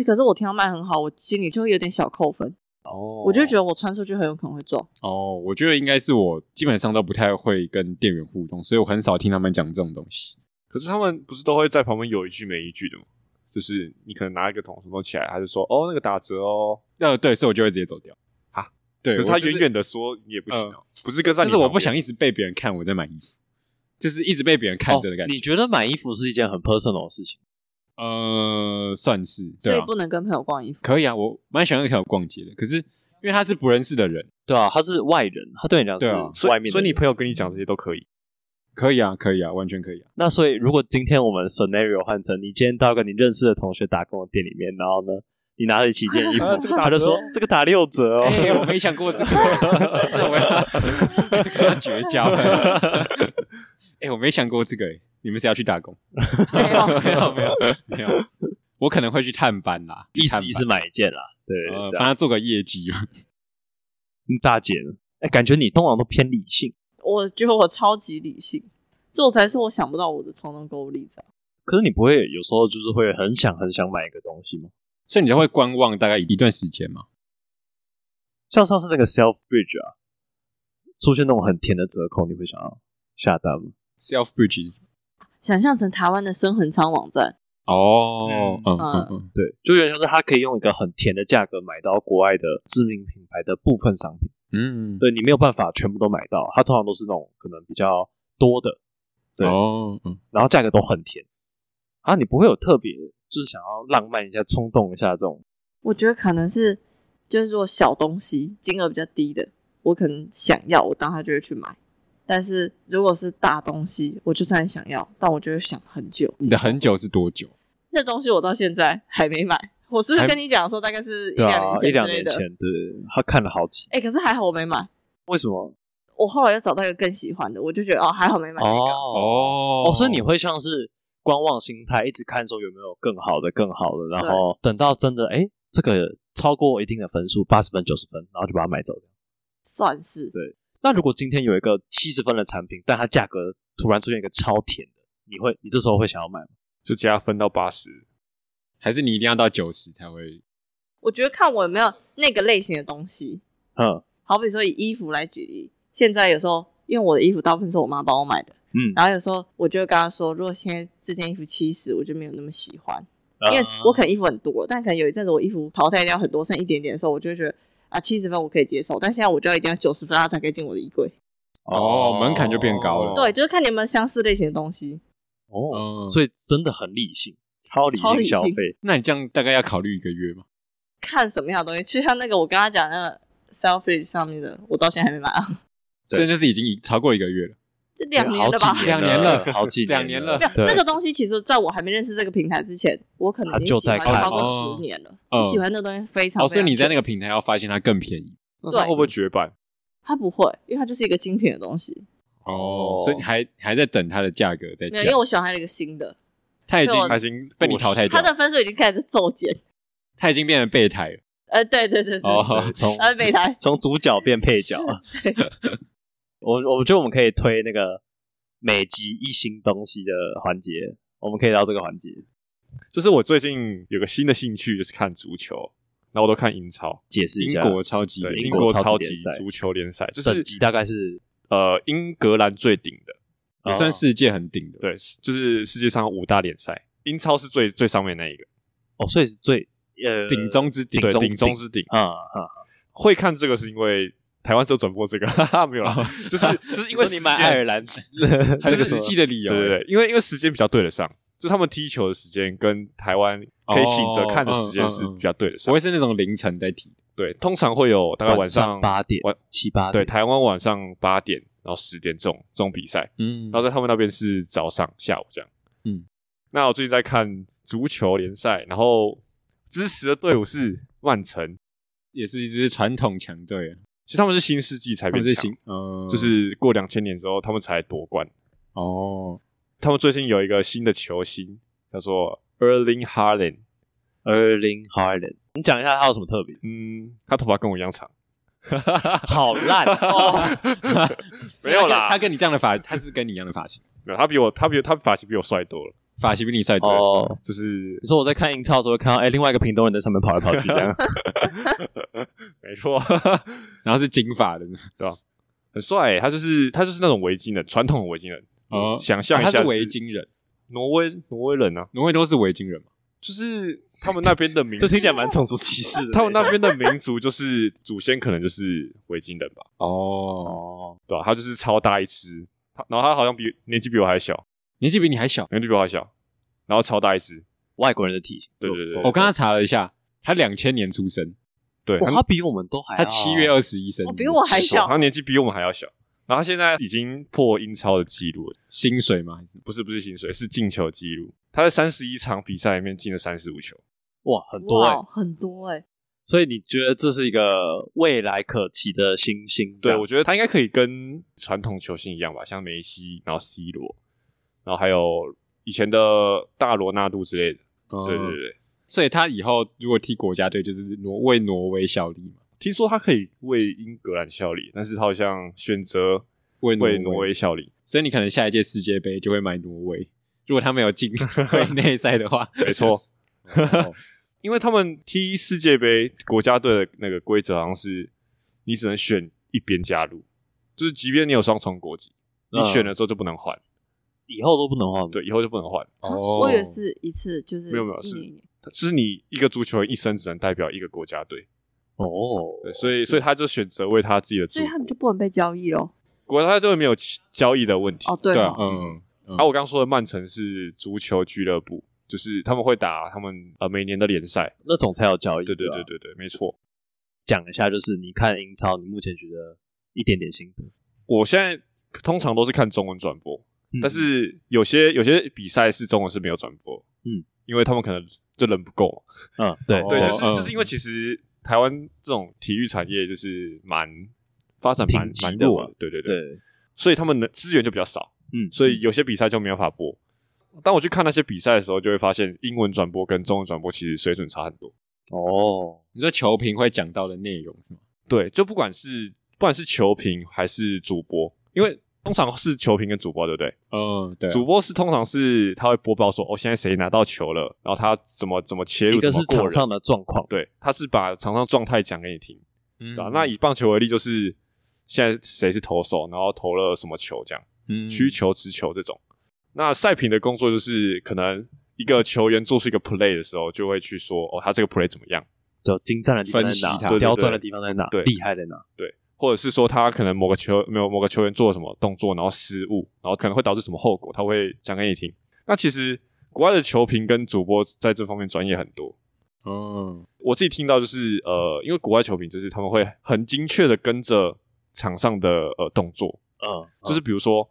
B: 哎、可是我听到卖很好，我心里就会有点小扣分，
D: 哦
B: 我就觉得我穿出去很有可能会中。
A: 哦，我觉得应该是我基本上都不太会跟店员互动，所以我很少听他们讲这种东西。
C: 可是他们不是都会在旁边有一句没一句的吗？就是你可能拿一个桶什么起来，他就说哦那个打折哦，
A: 呃，对，所以我就会直接走掉。
C: 啊，
A: 对，
C: 可是
A: 我
C: 他
A: 就是
C: 远远的说你也不行哦，不是跟在
A: 就
C: 你
A: 是我
C: 旁
A: 不
C: 边
A: 想一直被别人看我在买衣服，就是一直被别人看着的感
D: 哦。你
A: 觉。
D: 觉得买衣服是一件很 personal 的事情？
A: 呃，算是
B: 所
A: 对
B: 以
A: 啊，
B: 不能跟朋友逛衣服。
A: 可以啊，我蛮喜欢跟朋友逛街的。可是因为他是不认识的人，
D: 对啊，他是外人，他对你讲
A: 对啊
D: 是
C: 所以
D: 外面的人
C: 所以你朋友跟你讲这些都可以。
A: 可以啊，可以啊，完全可以啊。
D: 那所以，如果今天我们 scenario 换成你今天到一个你认识的同学打工的店里面，然后呢，你拿了几件衣服，
C: 啊这个打
D: 他就
C: 折
D: 说
C: 哦
D: 这个打六折哦，
A: 哎、我没想过这 个，那我要跟他绝交了。 哎、我没想过这个、哎，你们谁要去打工？没有， 没有，没有，没有。我可能会去探班啦，
D: 意
A: 去探
D: 思
A: 班
D: 意思买一件啦。对，
A: 呃，
D: 对
A: 帮
D: 啊
A: 他做个业绩嘛。
D: 嗯大姐呢？哎，感觉你通常都偏理性，
B: 我觉得我超级理性，所以我才说我想不到我的冲动购物例子啊。
D: 可是你不会有时候就是会很想很想买一个东西吗？
A: 所以你都会观望大概一段时间嘛？
D: 像上次那个 Self Bridge 啊，出现那种很甜的折扣，你会想要下单吗？
A: Self Bridges。
B: 想象成台湾的生恒昌网站，
A: 哦，嗯
B: 嗯
A: 嗯嗯，
D: 对，就有点像是他可以用一个很甜的价格买到国外的知名品牌的部分商品，
A: 嗯，
D: 对你没有办法全部都买到，它通常都是那种可能比较多的，对
A: 哦，嗯，
D: 然后价格都很甜啊，你不会有特别就是想要浪漫一下、冲动一下这种
B: 我觉得可能是就是如果小东西金额比较低的，我可能想要，我当下就会去买。但是如果是大东西，我就算想要，但我就会想很久。
A: 你的很久是多久？
B: 那东西我到现在还没买，我是不是跟你讲的时候大概是一
D: 对
B: 两
D: 啊
B: 年，
D: 一
B: 前
D: 两
B: 之类
D: 年
B: 的？
D: 前，对，他看了好几，
B: 哎、可是还好我没买，
D: 为什么？
B: 我后来又找到一个更喜欢的，我就觉得哦还好没买、那个。
A: 哦
D: 哦，所以你会像是观望心态，一直看说有没有更好的、更好的，然后等到真的哎、诶这个超过一定的分数，八十分、九十分，然后就把它买走。
B: 算是
D: 对那如果今天有一个七十分的产品，但它价格突然出现一个超甜的，你会你这时候会想要买吗？
C: 就加分到八十，
A: 还是你一定要到九十才会？
B: 我觉得看我有没有那个类型的东西，
D: 嗯
B: 好比说以衣服来举例，现在有时候因为我的衣服大部分是我妈帮我买的，
D: 嗯，
B: 然后有时候我就会跟她说，如果现在这件衣服七十，我就没有那么喜欢，因为
A: 啊
B: 我可能衣服很多，但可能有一阵子我衣服淘汰掉很多，剩一点点的时候，我就会觉得啊七十分我可以接受，但现在我就要一定要九十分，它才可以进我的衣柜。
A: 哦门槛就变高了
B: 对，就是看你有没有相似类型的东西。
D: 哦，
A: 嗯，
D: 所以真的很理性，超理
B: 超理性
D: 消费。
A: 那你这样大概要考虑一个月吗？
B: 看什么样的东西，就像那个我刚刚讲那个 selfie 上面的，我到现在还没买啊，
A: 所以那是已经一超过一个月了。
B: 这两年了吧？
D: 好几
A: 两年了
D: 好几
A: 两年了
B: 没有
D: 对
B: 那个东西，其实在我还没认识这个平台之前，我可能已经喜欢
D: 它就在看
B: 超过
A: 哦
B: 十年了。
A: 嗯
B: 我喜欢那个东西非常。
A: 哦，所以你在那个
B: 个
A: 平台要发现它更便宜
C: 那它
B: 对
C: 会不会绝版？
B: 它不会，因为它就是一个精品的东西。
A: 哦，所以还还在等它的价格在
B: 没有，因为
A: 降。
B: 我喜欢它的一个新的，
A: 它已经
B: 对我
C: 它已经
A: 被你淘汰
B: 它
A: 掉，
B: 的分数已经开始骤减。
A: 它已经变成备胎了。
B: 呃，对对对对，
C: 嗯
A: 哦
D: 对从
B: 呃，备胎
D: 从主角变 配角。我我觉得我们可以推那个每集一新东西的环节，我们可以到这个环节。
C: 就是我最近有个新的兴趣，就是看足球，然后我都看英超，
D: 解释一
A: 英
D: 下，
A: 国超级
C: 对，
A: 联
D: 英
C: 英
A: 盟
D: 国
C: 国
D: 超
C: 超
D: 级
C: 级
D: 联赛
C: 足球联赛，就
D: 等
C: 是
D: 级大概是
C: 呃英格兰最顶的，
A: 也算世界很顶的。
C: 对，就是世界上五大联赛，英超是最最上面那一个，
D: 哦，所以是最呃
A: 顶中之顶
C: 对，
D: 中
C: 顶
D: 之
C: 中之顶。
D: 啊啊，
C: 会看这个是因为台湾只有转播这个， 哈哈，没有啦，就是就是因为
D: 哦啊 你说你买
C: 时间
D: 爱尔兰，
A: 还有
D: 这
C: 这
A: 个
C: 个
A: 实际的理由，
C: 对对对，因为因为时间比较对得上，就他们踢球的时间跟台湾可以醒着看的时间是
D: 嗯
C: 比较对得
A: 不
C: 上。
A: 会是那种凌晨在提。
C: 对，通常会有大概晚
D: 上八点
C: 晚
D: 七八
C: 对
D: 点，
C: 台湾晚上八点，然后十点这种这种比赛，
A: 嗯
C: 然后在他们那边是早上下午这样。
A: 嗯，
C: 那我最近在看足球联赛，然后支持的队伍是曼城，
A: 也是一支传统强队啊，
C: 其实他们是新世纪才
A: 他
C: 变
A: 们是
C: 强
A: 新，，
D: 嗯
A: 呃，
C: 就是过两千年之后他们才夺冠。
A: 哦，
C: 他们最近有一个新的球星叫做 Erling Haaland，
D: Erling Haaland，你讲一下他有什么特别？
C: 嗯，他头发跟我一样 长，
D: 好烂哦！
A: 所
C: 没
A: 以他
C: 有
A: 跟
C: 啦，
A: 他跟你这样的发，他是跟你一样的发型，
C: 没有他比我，他比他发型比我帅多了，
A: 发型比你帅多了。
D: 哦，
C: 就是
D: 你说我在看英超的时候看到，哎，另外一个屏东人在上面跑来跑去，这样
C: 没错，
A: 然后是金发的，
C: 很帅欸、他就是他就是那种维京人，传统的维京人。
A: 哦
C: 想象一下
A: 啊他
C: 是
A: 是维京人，
C: 挪威挪威人啊，
A: 挪威都是维京人嘛？
C: 就是他们那边的民
D: 这，听起来蛮种族歧视 的。
C: 他们那边的民族就是祖先可能就是维京人吧，
A: 哦，
D: 哦，
C: 对吧、他就是超大一只，他然后他好像比年纪比我还小，
A: 年纪比你还小。
C: 年纪比我还小，然后超大一只，
D: 外国人的体型，
C: 对对对
A: 我刚刚查了一下，他两千年出生，
C: 对，
D: 哇，他比我们都还
A: 他七月二十一生日
B: 我，哎哦比我还小
C: 他年纪比我们还要小，然后他现在已经破英超的记录了，
A: 薪水吗？还是
C: 不是不是薪水，是进球记录。他在三十一场比赛里面进了三十五球，
D: 哇很多哎
B: 哇，，很多哎，
D: 所以你觉得这是一个未来可期的新星？这
C: 对
D: 样
C: 我觉得他应该可以跟传统球星一样吧，像梅西，然后 C 罗，然后还有以前的大罗纳度之类的。对对对
A: 嗯
C: 对，
A: 所以他以后如果踢国家队，就是挪为挪威效力嘛，
C: 听说他可以为英格兰效力，但是他好像选择
A: 为挪
C: 为
A: 威
C: 挪威效力。
A: 所以你可能下一届世界杯就会买挪威。如果他没有进 会内赛的话，
C: 没错，
A: 哦
C: 因为他们踢世界杯国家队的那个规则好像是你只能选一边加入，就是即便你有双重国籍，你
D: 嗯
C: 选了之后就不能换，
D: 以后都不能
B: 哦
D: 换。
C: 对，以后就不能换。
B: 啊
A: 哦
C: 哦
B: 我以为是一次就是
C: 没有没有
B: 一
C: 是
B: 年一年
C: 就是你一个足球员一生只能代表一个国家队，
D: 哦，
C: 对，所以所以他就选择为他自己的足
B: 所以他们就不能被交易喽。
C: 国家队没有其交易的问题。
B: 哦，对
A: 对啊
B: 哦，
A: 嗯，
C: 啊，我刚说的曼城是足球俱乐部，就是他们会打他们呃每年的联赛。
D: 那种才有交易。
C: 对对
D: 吧
C: 对对对，没错。
D: 讲一下，就是你看英超，你目前觉得一点点心得，
C: 我现在通常都是看中文转播，
D: 嗯
C: 但是有些有些比赛是中文是没有转播，
D: 嗯，
C: 因为他们可能就人不够嘛。
D: 嗯，对
A: 哦
C: 对，就是
A: 嗯
C: 就是因为其实台湾这种体育产业就是蛮发展蛮
D: 挺急的
C: 蛮弱
D: 嘛
C: 的，对对对，
D: 对，
C: 所以他们的资源就比较少，
D: 嗯，
C: 所以有些比赛就没有办法播。当我去看那些比赛的时候，就会发现英文转播跟中文转播其实水准差很多。
D: 哦，
A: 你说球评会讲到的内容是吗？
C: 对，就不管是不管是球评还是主播，因为通常是球评跟主播，对不对？
A: 嗯，对啊、
C: 主播是通常是他会播报说，哦，现在谁拿到球了，然后他怎么怎么切入，
D: 一个
C: 怎么
D: 是
C: 过
D: 场
C: 人
D: 上的状况，
C: 对，他是把场上状态讲给你听，
A: 嗯
C: 对吧、啊那以棒球为例，就是现在谁是投手，然后投了什么球，这样
A: 嗯
C: 曲球、直球这种。那赛评的工作就是可能一个球员做出一个 play 的时候，就会去说，哦，他这个 play 怎么样？
D: 就精湛的地方在
A: 分析它
D: 哪，
A: 对
C: 对
D: 刁
C: 对
D: 钻的地方在哪
C: 对，
D: 厉害在哪，
C: 对，或者是说他可能某个球没有某个球员做了什么动作，然后失误，然后可能会导致什么后果，他会讲给你听。那其实国外的球评跟主播在这方面专业很多。
A: 嗯
C: 我自己听到就是呃，因为国外球评就是他们会很精确的跟着场上的呃动作，
D: 嗯，
C: 就是比如说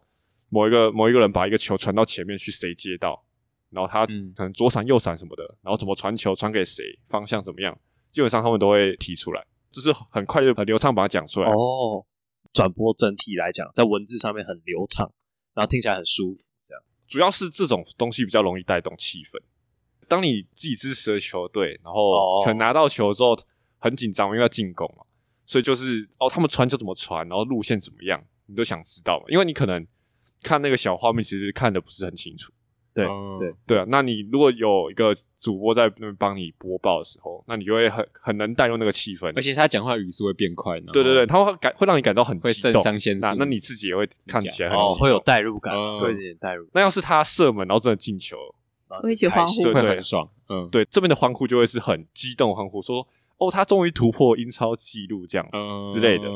C: 某一个某一个人把一个球传到前面去，谁接到，然后他
A: 嗯
C: 可能左闪右闪什么的，然后怎么传球，传给谁，方向怎么样，基本上他们都会提出来，就是很快就很流畅把它讲出来。
D: 哦，转播整体来讲，在文字上面很流畅，然后听起来很舒服，这样
C: 主要是这种东西比较容易带动气氛。当你自己支持的球队，然
D: 哦
C: 后可能拿到球之后很紧张，因为要进攻嘛，所以就是哦，他们传球怎么传，然后路线怎么样，你都想知道嘛，因为你可能看那个小画面，其实看的不是很清楚。
D: 对
A: 哦
D: 对，
C: 对啊，那你如果有一个主播在那边帮你播报的时候，那你就会很很能带入那个气氛，
A: 而且他讲话语速会变快呢。
C: 对对对，，他会感会让你感到很
A: 会
C: 激
A: 肾
C: 动，
A: 上腺素
C: 那那你自己也会看起来很
D: 哦
C: 激，动
D: 会有。代入感，
A: 嗯
D: 对，有点代入，
C: 那要是他射门，然后真的进球，
D: 然后
B: 会一起
D: 开
B: 欢
D: 心
B: 呼
A: 会
C: 对
A: 很爽。嗯
C: 对这边的欢呼就会是很激动的欢呼，说哦，他终于突破英超纪录这样子、
A: 嗯
C: 之类的。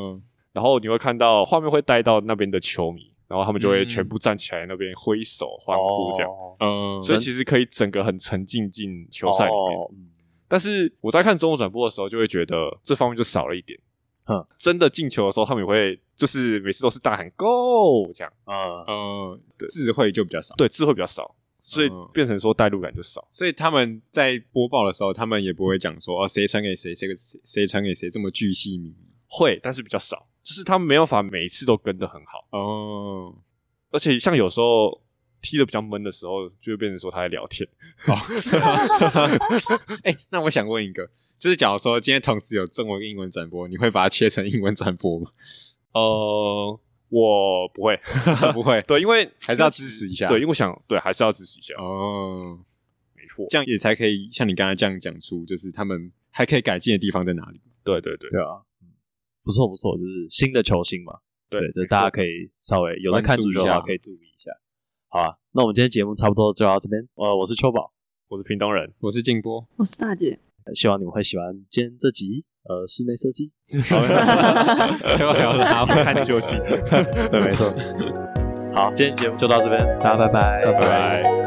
C: 然后你会看到画面会带到那边的球迷，然后他们就会
A: 嗯
C: 全部站起来那边挥手欢呼这样。
D: 哦
A: 嗯，
C: 所以其实可以整个很沉浸进球赛里面。
D: 哦嗯
C: 但是我在看中国转播的时候，就会觉得这方面就少了一点。
D: 嗯，
C: 真的进球的时候，他们也会就是每次都是大喊 “Go” 这样，
D: 嗯，
A: 呃，智慧就比较少，
C: 对，字会比较少，所以
A: 嗯
C: 变成说代入感就少。
A: 所以他们在播报的时候，他们也不会讲说哦，谁传给谁，谁个谁谁传给谁这么巨细靡遗
C: 会，但是比较少，就是他们没有法每一次都跟得很好。
A: 哦。
C: 而且像有时候踢的比较闷的时候，就会变成说他在聊天。
A: 好，哎，那我想问一个，就是假如说今天同时有中文跟英文转播，你会把它切成英文转播吗？
C: 呃，我不会，
A: 不会，
C: 对，因为
A: 还是要支持一下
C: 对，因为我想，对，还是要支持一下，
A: 哦。
C: 没错。
A: 这样也才可以像你刚才这样讲出，就是他们还可以改进的地方在哪里。
C: 对对对
D: 对啊，嗯不错不错，就是新的球星嘛，对，就
C: 没错
D: 大家可以稍微有在看足球
A: 关
D: 的
A: 注一
D: 话
A: 下
D: 可以注意一下。好啊，那我们今天节目差不多就到这边。呃，我是秋宝，
C: 我是屏东人，
A: 我是静波，
B: 我是大姐，
D: 呃希望你们会喜欢今天这集呃室内设计。
A: 最后要拉回
C: 看 球技，
D: 对，没错。好，今天节目就到这边，大家拜拜，拜
C: 拜拜。